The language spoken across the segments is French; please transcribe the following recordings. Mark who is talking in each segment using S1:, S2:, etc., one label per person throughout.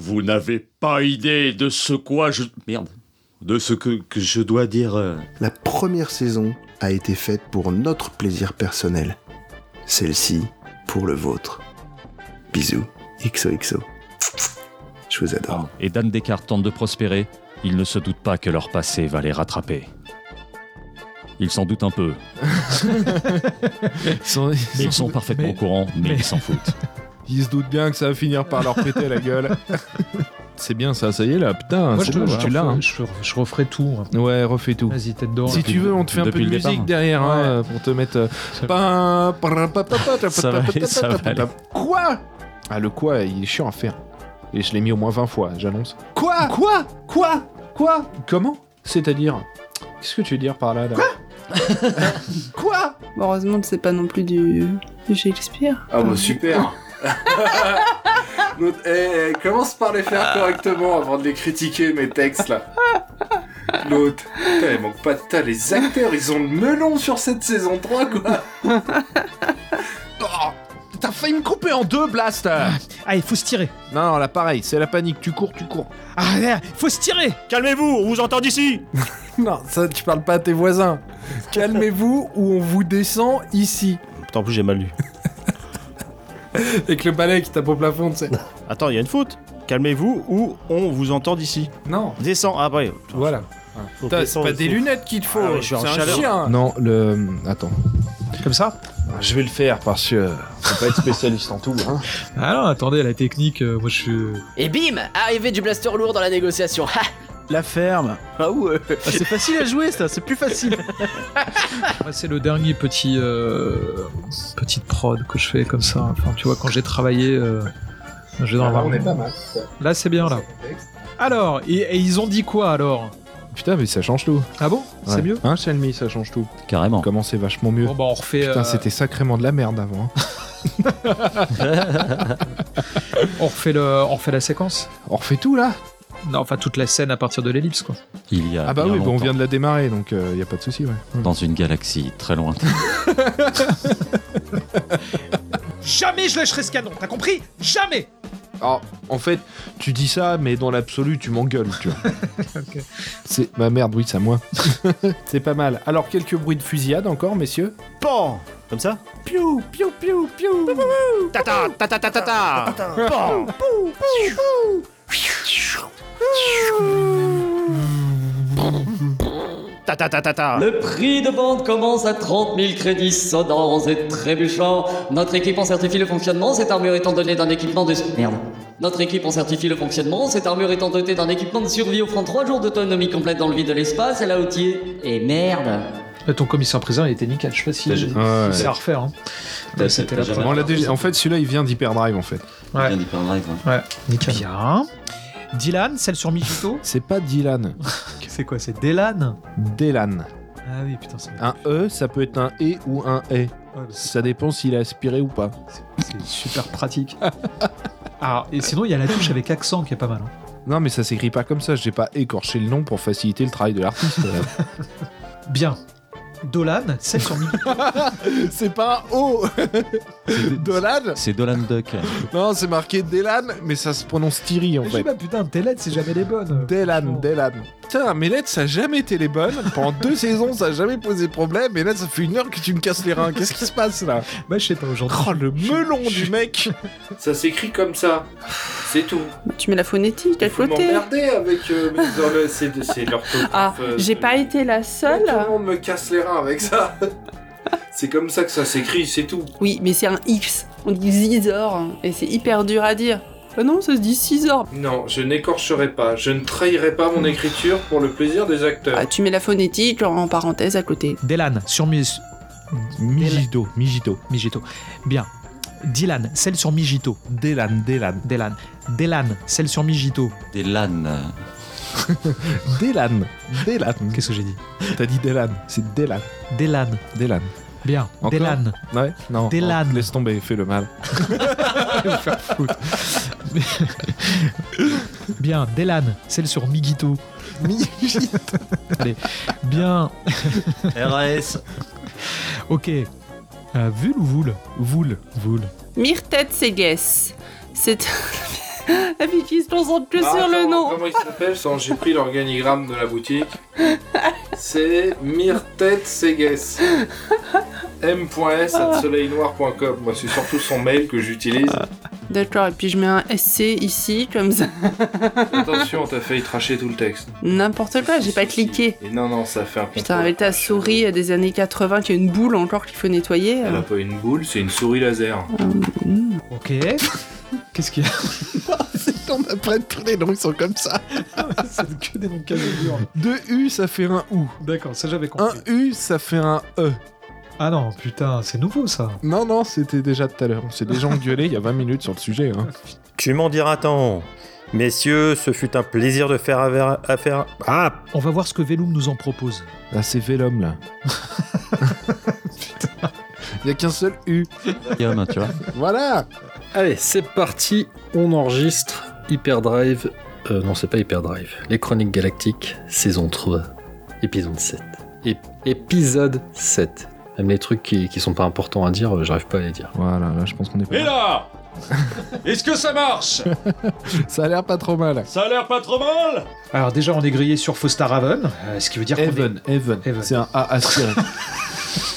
S1: Vous n'avez pas idée de ce quoi je... Merde. De ce que, que je dois dire... euh,
S2: La première saison a été faite pour notre plaisir personnel. Celle-ci pour le vôtre. Bisous. XOXO. Je vous adore.
S3: Et Dan Descartes tente de prospérer, ils ne se doutent pas que leur passé va les rattraper. Ils s'en doutent un peu,
S4: Ils, sont-
S3: mais ils sont parfaitement au courant, mais ils s'en foutent.
S4: ils se doutent bien que ça va finir par leur péter la gueule. C'est bien ça, ça y est là, putain,
S5: Moi,
S4: c'est
S5: je,
S4: bon,
S5: je
S4: tu l'as. hein.
S5: je, je referai tout. hein.
S4: Ouais, refais tout.
S5: Vas-y, tête d'or.
S4: Si tu veux, on te fait un peu
S3: Depuis
S4: de
S3: le
S4: musique
S3: départ.
S4: derrière hein,
S5: Ouais.
S4: euh, pour te mettre. euh, pin, pin, pa, pa, pa, ta,
S3: Ça va
S4: ta,
S3: aller,
S4: ta,
S3: ça va
S4: ta, ta,
S3: aller.
S4: Quoi Ah, le quoi, il est chiant à faire. Et je l'ai mis au moins 20 fois, j'annonce. Quoi Quoi Quoi Quoi Comment C'est-à-dire Qu'est-ce que tu veux dire par là, là Quoi
S6: Bon, heureusement que c'est pas non plus du, du Shakespeare.
S7: Ah bah super Notre- eh, eh, commence par les faire
S4: Ah.
S7: correctement avant de les critiquer mes textes là. L'autre, putain, il manque pas de tas. Les acteurs, ils ont le melon sur cette saison 3 quoi.
S4: Oh, T'as failli me couper en deux, Blast
S5: Allez, Ah, faut se tirer.
S4: Non, non, là, pareil, c'est la panique. Tu cours, tu cours.
S5: Ah, merde, faut se tirer.
S8: Calmez-vous, on vous entend d'ici
S4: Non, ça, tu parles pas à tes voisins. Calmez-vous ou on vous descend ici.
S8: Putain, en plus j'ai mal lu.
S4: Avec le balai qui tape au plafond, tu sais.
S8: Attends, il y a une faute. Calmez-vous ou on vous entend d'ici.
S4: Non,
S8: Descends. Ah bah,
S4: voilà.
S8: faut
S4: Putain,
S8: descendre, faut-
S4: lunettes qu'il te faut,
S8: Ah ouais, je suis en chaleur.
S4: chien. Non, le. Attends.
S5: Comme ça
S4: Bah, Je vais le faire parce que. euh, Faut pas être spécialiste en tout. Hein.
S5: Ah non, attendez, la technique, euh, moi je suis...
S9: Et bim Arrivée du blaster lourd dans la négociation. Ha
S8: La ferme.
S9: Ah ouais
S8: Ah, c'est facile à jouer ça, c'est plus facile.
S5: Moi, c'est le dernier petit... euh, petite prod que je fais comme ça. Enfin, tu vois, quand j'ai travaillé... euh, je
S4: Ah,
S10: Ah,
S5: vais dans la-
S7: mal.
S5: Là, c'est bien, là. Alors, et, et ils ont dit quoi, alors
S4: Putain, mais ça change tout.
S5: Ah bon
S4: Ouais.
S5: C'est mieux
S4: Hein, Shelmy, ça change tout.
S3: Carrément.
S4: Comment c'est vachement mieux.
S5: Bon, bah, on refait...
S4: Putain,
S5: euh,
S4: c'était sacrément de la merde avant. hein.
S5: on, refait le, on refait la séquence
S4: On refait tout là
S5: Non, enfin, toute la scène à partir de l'ellipse, quoi.
S3: Il y a
S4: Ah bah
S3: bien
S4: oui, bah, on
S3: longtemps,
S4: vient de la démarrer donc euh, y a pas de souci, ouais.
S3: dans une galaxie très lointaine.
S5: Jamais je lâcherai ce canon, t'as compris Jamais
S4: Alors, Ah, en fait, tu dis ça, mais dans l'absolu, tu m'engueules, tu vois. C'est ma merde, oui, c'est à moi. c'est pas mal. Alors, quelques bruits de fusillade encore, messieurs.
S8: Pan. Comme ça.
S4: Piou, piou, piou, piou.
S8: Tata, tata, tata, tata. Pan. Tata, tata, tata.
S9: Le prix de vente commence à 30 000 crédits sonnants et trébuchants. Notre équipe en certifie le fonctionnement, cette armure étant dotée d'un équipement de... Merde. Notre équipe en certifie le fonctionnement, cette armure étant dotée d'un équipement de survie offrant 3 jours d'autonomie complète dans le vide de l'espace, elle a outillé... Et merde
S5: Ton commissaire prison, il était nickel, je sais pas si...
S4: Ouais.
S5: C'est à refaire, hein. C'était la
S4: On l'a déjà- En fait, celui-là, il vient d'Hyperdrive, en fait.
S5: Ouais.
S10: Nickel. Bien. Dylan, celle sur Mijito
S4: C'est pas Dylan,
S10: C'est quoi C'est Dylan
S4: Delan.
S10: Ah oui, putain, c'est
S4: Un E, ça peut être un E ou un E.
S10: ouais, mais c'est-
S4: Ça dépend s'il est aspiré ou pas.
S10: c'est super pratique. Alors, et sinon, il y a la touche avec accent qui est pas mal. hein.
S4: Non, mais ça s'écrit pas comme ça. J'ai pas écorché le nom pour faciliter le travail de l'artiste.
S10: Bien. Dolan, celle sur Mijito.
S4: c'est pas un O Dolan
S3: C'est Dolan Duck.
S4: Non, c'est marqué Delan, mais ça se prononce Thierry, en
S10: Je sais
S4: fait.
S10: pas, putain, tes lettres, c'est jamais les bonnes.
S4: Delan, Delan. Putain, mes lettres, ça a jamais été les bonnes. Pendant deux saisons, ça a jamais posé problème. Et là, ça fait une heure que tu me casses les reins. Qu'est-ce qui se passe là
S10: Bah, je sais pas, aujourd'hui.
S4: Oh, le melon du mec
S7: Ça s'écrit comme ça. C'est tout.
S6: Bah, tu mets la phonétique à
S7: Faut
S6: côté.
S7: m'emmerder avec euh, mes- dans le- c'est de- c'est leur euh, taux.
S6: Ah, j'ai pas été la
S7: Tout
S6: seule.
S7: le monde me casse les reins avec ça. c'est comme ça que ça s'écrit, c'est tout.
S6: Oui, mais c'est un X. On dit Zizor et c'est hyper dur à dire. Ah non, ça se dit Cisor.
S7: Non, je n'écorcherai pas, je ne trahirai pas mon écriture pour le plaisir des acteurs.
S6: Ah, tu mets la phonétique genre, en parenthèse à côté.
S10: Dylan, sur Mi-
S4: Mijito, Mijito.
S10: Mijito. Bien. Dylan, celle sur Mijito.
S4: Delan, Delan.
S10: Dylan. Dylan, celle sur Mijito.
S3: Des LAN.
S4: Delan. Delan.
S10: Qu'est-ce que j'ai dit
S4: T'as dit Delan. C'est Delan.
S10: Dylan.
S4: Delan.
S10: Bien.
S4: Encore
S10: Dylan.
S4: Ouais Non.
S10: Delan.
S4: non, Laisse tomber, fais le mal.
S10: Bien. Dylan, celle sur Migito. Allez. Bien.
S8: RAS.
S10: Ok. Euh, Vul ou Voul Voul. Voul.
S6: Myrtet Seges. C'est. Et puis qui se concentre que
S7: Ah,
S6: sur le
S7: attends,
S6: nom.
S7: Comment il s'appelle sans- J'ai pris l'organigramme de la boutique. C'est Myrtet Seges. M.S. at soleilnoir.com. Moi, c'est surtout son mail que j'utilise.
S6: D'accord, et puis je mets un SC ici, comme ça.
S7: Attention, t'as failli tracher tout le texte.
S6: N'importe quoi, j'ai pas cliqué.
S7: Et non, non, ça fait un
S6: Putain, avec ta souris des années 80 qui a une boule encore qu'il faut nettoyer.
S7: Elle
S6: euh.
S7: a pas une boule, c'est une souris laser.
S10: Ok. Qu'est-ce qu'il y a Ah,
S2: C'est on apprenne tous les noms, ils sont comme ça.
S10: C'est que des noms de casadures.
S4: Deux U, ça fait un OU.
S10: D'accord, ça j'avais
S4: Un
S10: compris.
S4: U, ça fait un E.
S10: Ah non, putain, c'est nouveau ça.
S4: Non, non, c'était déjà tout à l'heure. On s'est déjà engueulé il y a 20 minutes sur le sujet. Hein.
S8: Tu m'en diras tant. Messieurs, ce fut un plaisir de faire aver- affaire. Ah
S10: On va voir ce que Velum nous en propose.
S4: Là, c'est Vélum, là. Il y a qu'un seul U.
S3: Guillaume, tu vois.
S4: Voilà
S11: Allez, c'est parti, on enregistre Hyperdrive. Euh, non, c'est pas Hyperdrive. Les Chroniques Galactiques, saison 3, épisode 7. Ép- épisode 7. Même les trucs qui, qui sont pas importants à dire, euh, j'arrive pas à les dire.
S4: Voilà, là, je pense qu'on est
S1: Et là Est-ce que ça marche
S4: Ça a l'air pas trop mal.
S1: Ça a l'air pas trop mal
S10: Alors déjà, on est grillé sur Fostaraven, euh, ce qui veut dire qu'on est
S4: Evan, Evan.
S10: Evan.
S4: C'est un A aspiré.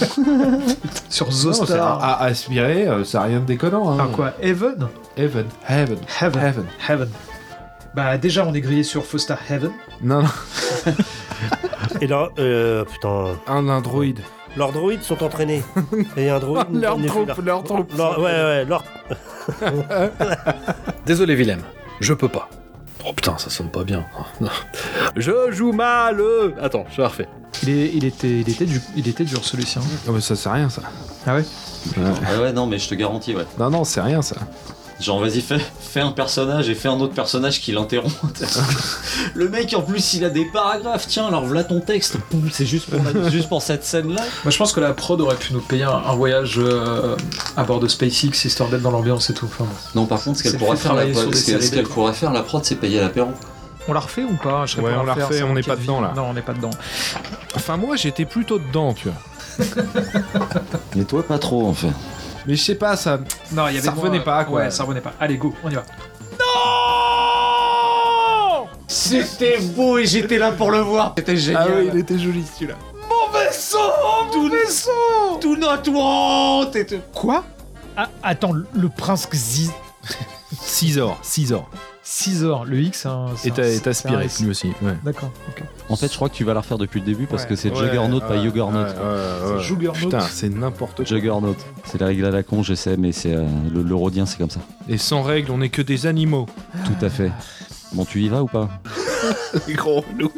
S10: sur
S4: Non, c'est un
S10: Zostar.
S4: A aspiré, euh, ça a rien de déconnant.
S10: Ah
S4: Hein.
S10: quoi, Heaven
S4: Evan. Heaven.
S10: Heaven.
S4: Heaven.
S10: Heaven. Bah déjà, on est grillé sur Fosta Heaven.
S4: Non, non.
S8: Et là, euh, putain.
S4: Un androïde.
S8: Leurs droïdes sont entraînés. Et un droïde.
S4: Leur
S8: n'est-
S4: troupe,
S8: leur-
S4: leur troupe.
S8: leur- ouais, ouais, leur.
S11: Désolé, Willem, je peux pas. Oh putain, ça sonne pas bien. Non. Je joue mal euh. Attends, je la refais.
S10: Il, est- il était, il, était du, il était dur celui-ci. hein.
S4: Ah, mais ça, c'est rien, ça.
S10: Ah ouais
S1: Ouais, Ah ouais, non, mais je te garantis, ouais.
S4: Non, non, c'est rien, ça.
S1: Genre, vas-y, fais, fais un personnage et fais un autre personnage qui l'interrompt. le mec, en plus, il a des paragraphes. Tiens, alors voilà ton texte. Poum, C'est juste pour, la- juste pour cette scène-là.
S5: Moi, je pense que la prod aurait pu nous payer un, un voyage euh, à bord de SpaceX histoire d'être dans l'ambiance et tout. Enfin, bon.
S9: Non, par contre, ce
S5: C'est
S9: qu'elle pourra
S5: fait
S9: faire, la
S5: travailler sur
S9: prod,
S5: des
S9: ce qu'elle-
S5: séries
S9: ce qu'elle
S5: B.
S9: pourra faire, la prod, c'est payer l'apéro.
S5: On la refait ou pas Je serais
S4: Ouais,
S5: pour la
S4: on la
S5: refaire,
S4: refait,
S5: ça
S4: on n'est
S5: manquait
S4: pas
S5: de
S4: dedans,
S5: vie.
S4: là.
S5: Non, on n'est pas dedans.
S4: Enfin, moi, j'étais plutôt dedans, tu vois.
S1: Mais toi, pas trop, en fait.
S4: Mais je sais pas, ça.
S5: Non, il y avait
S4: Ça
S5: moins-
S4: revenait pas, quoi.
S5: Ouais, ça revenait pas. Allez, go, on y va.
S1: C'était beau et j'étais là pour le voir. C'était génial.
S4: Ah était joli, celui-là.
S1: Mon vaisseau Mon vaisseau Tout notre et tout.
S4: Quoi
S10: Ah, attends, le- le prince Xi.
S4: Cisor, Cisor.
S10: 6 heures, le X, c'est un- c'est
S4: Et
S10: un-
S4: t'as- et
S10: c'est un
S4: t'aspiré,
S10: S.
S4: lui aussi. Ouais.
S10: D'accord, ok.
S3: En fait, je crois que tu vas la refaire depuis le début parce
S10: Ouais.
S3: que c'est
S4: Ouais,
S3: Juggernaut, pas
S4: ouais,
S3: Juggernaut.
S4: ouais, ouais, ouais.
S10: Juggernaut.
S4: Putain, c'est n'importe quoi.
S3: Juggernaut. C'est la règle à la con, je sais, mais c'est euh, le, le rhodien, c'est comme ça.
S4: Et sans règle, on est que des animaux.
S3: Tout à fait. Bon, tu y vas ou pas
S4: Gros loup.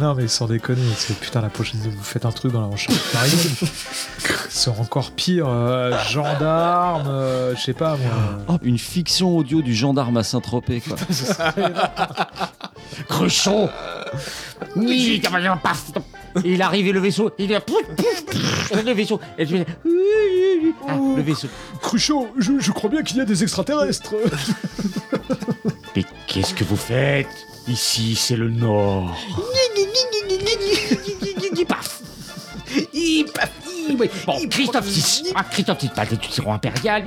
S10: Non, mais sans déconner, c'est putain, la prochaine fois que vous faites un truc dans la recherche c'est encore pire. euh, gendarme, euh, je sais pas moi.
S3: Oh, une fiction audio du gendarme à Saint-Tropez, quoi. Cruchon
S10: Euh,
S3: Oui, paf Il arrive et le vaisseau, il est le vaisseau, et je ah, le vaisseau.
S10: Cruchot, je, je crois bien qu'il y a des extraterrestres.
S3: Mais qu'est-ce que vous faites Ici, c'est le Nord.
S12: Christophe VI. Ah, Christophe VI, pas de tyran impérial.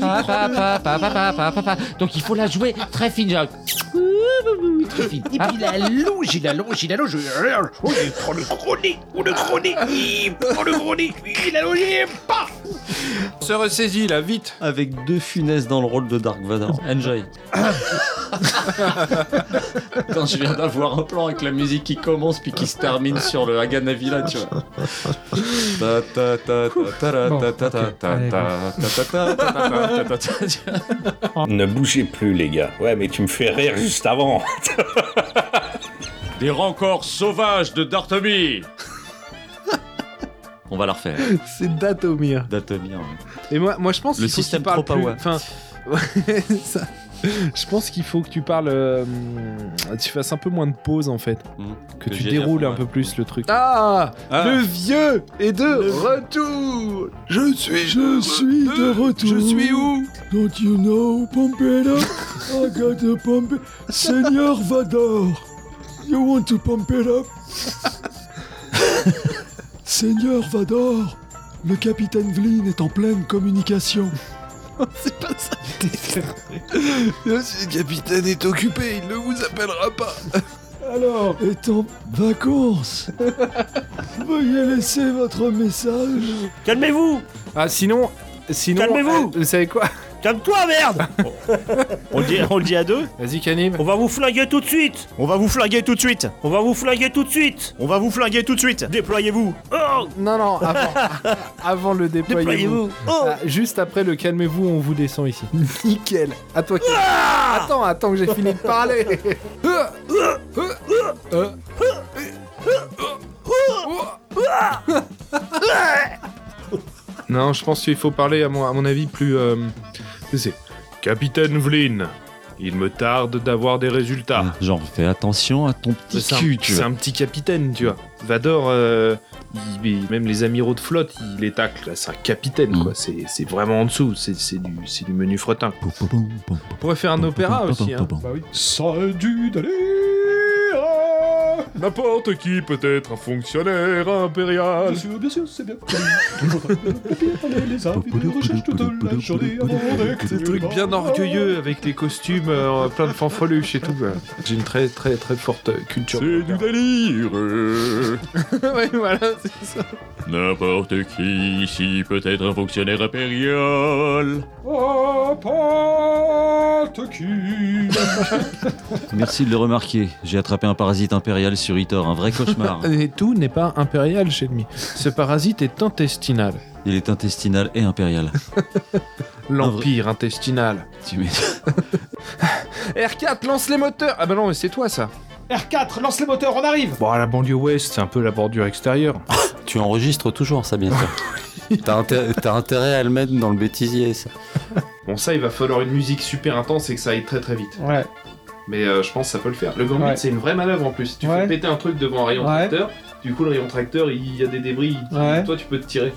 S12: Pa, pa, pa, pa, pa, pa, pa, pa, pa. Donc il faut la jouer très fine. genre.
S5: Ah,
S12: Très fine. Et puis il allonge, il allonge, il allonge. Oh, il prend le gros nez, oh, le gros nez. Il prend le gros nez, il allonge, et paf
S4: Se ressaisis là, vite.
S1: Avec deux funesses dans le rôle de Dark Vador.
S9: Enjoy.
S1: Putain, je viens d'avoir un plan avec la musique qui commence puis qui se termine sur le Hagana Villa, tu vois. Ta ta ta ta ta ta ta ta ta ta ta ta ta ta ta ta ta ta.
S13: Ne bougez plus, les gars. Ouais, mais tu me fais rire juste avant.
S1: Des rencors sauvages de Dartomir On va la refaire.
S4: C'est Datomir.
S1: Dartomir.
S4: Et moi, moi je pense
S1: Le
S4: qu'il faut
S1: système
S4: que tu parles
S1: trop
S4: plus.
S1: power.
S4: Enfin, ouais, ça- Je pense qu'il faut que tu parles. euh, tu fasses un peu moins de pause en fait. Que tu déroules un peu plus le truc. Ah,
S1: Ah.
S4: Le vieux est de retour Je suis Je suis
S2: de retour.
S4: Je suis où
S2: Don't you know, Pompela? I got a Pompe... Seigneur Vador! You want to pump it up? Seigneur Vador,
S14: Le capitaine Vlin est en pleine communication.
S15: C'est pas ça. Le capitaine est occupé, il ne vous appellera pas.
S14: Alors Est en vacances Veuillez laisser votre message.
S4: Calmez-vous Ah, sinon. sinon
S8: Calmez-vous
S4: euh, Vous savez quoi
S8: Calme-toi, merde on, le dit, on le dit à deux
S4: Vas-y, Canim.
S8: On va vous flinguer tout de suite On va vous flinguer tout de suite On va vous flinguer tout de suite On va vous flinguer tout de suite Déployez-vous Oh
S4: Non, non, avant, avant le déployez-vous.
S8: Déployez-vous. Oh
S4: Ah, juste après le calmez-vous, on vous descend ici. Ah Nickel À toi, Canim. Attends, attends que j'ai fini de parler Euh, Non, je pense qu'il faut parler, à mon, à mon avis, plus. euh, c'est Capitaine Vlin, il me tarde d'avoir des résultats.
S1: Genre, fais attention à ton petit
S4: C'est un,
S1: cul, tu
S4: c'est
S1: vois.
S4: un petit capitaine, tu vois. Vador, euh, il- il- même les amiraux de flotte, il les tacle. C'est un capitaine, quoi.
S1: Mm.
S4: C'est, c'est vraiment en dessous. C'est, c'est du, c'est du menu fretin. On pourrait faire un opéra aussi, hein.
S14: Ça a dû d'aller
S4: N'importe qui peut être un fonctionnaire
S10: Ah,
S4: impérial.
S14: Bien sûr, bien sûr, c'est bien. les amis de recherche toute la journée avant d'être-
S4: Des trucs bien orgueilleux avec des costumes euh, plein de fanfreluches et tout. quoi. J'ai une très très très forte euh, culture.
S1: C'est du délire
S4: ouais, voilà, c'est ça.
S1: N'importe qui ici peut être un fonctionnaire impérial
S14: N'importe qui.
S16: Merci de le remarquer. J'ai attrapé un parasite impérial sur Itor, un vrai cauchemar.
S4: Et tout n'est pas impérial chez lui. Ce parasite est intestinal.
S16: Il est intestinal et impérial.
S4: L'empire intestinal.
S16: Tu m'étonnes.
S4: R4, lance les moteurs Ah bah non, mais c'est toi ça
S10: R4, lance les moteurs, on arrive
S4: Bon, à la banlieue ouest, c'est un peu la bordure extérieure.
S17: Tu enregistres toujours ça, bien sûr. T'as intér- t'as intérêt à le mettre dans le bêtisier, ça.
S4: Bon, ça, il va falloir une musique super intense et que ça aille très très vite.
S10: Ouais.
S4: Mais euh, je pense que ça peut le faire. Le gambit,
S10: Ouais.
S4: c'est une vraie manœuvre en plus. Tu
S10: Ouais.
S4: fais péter un truc devant un rayon
S10: Ouais.
S4: tracteur, du coup, le rayon tracteur, il y a des débris, il-
S10: Ouais.
S4: toi, tu peux te tirer.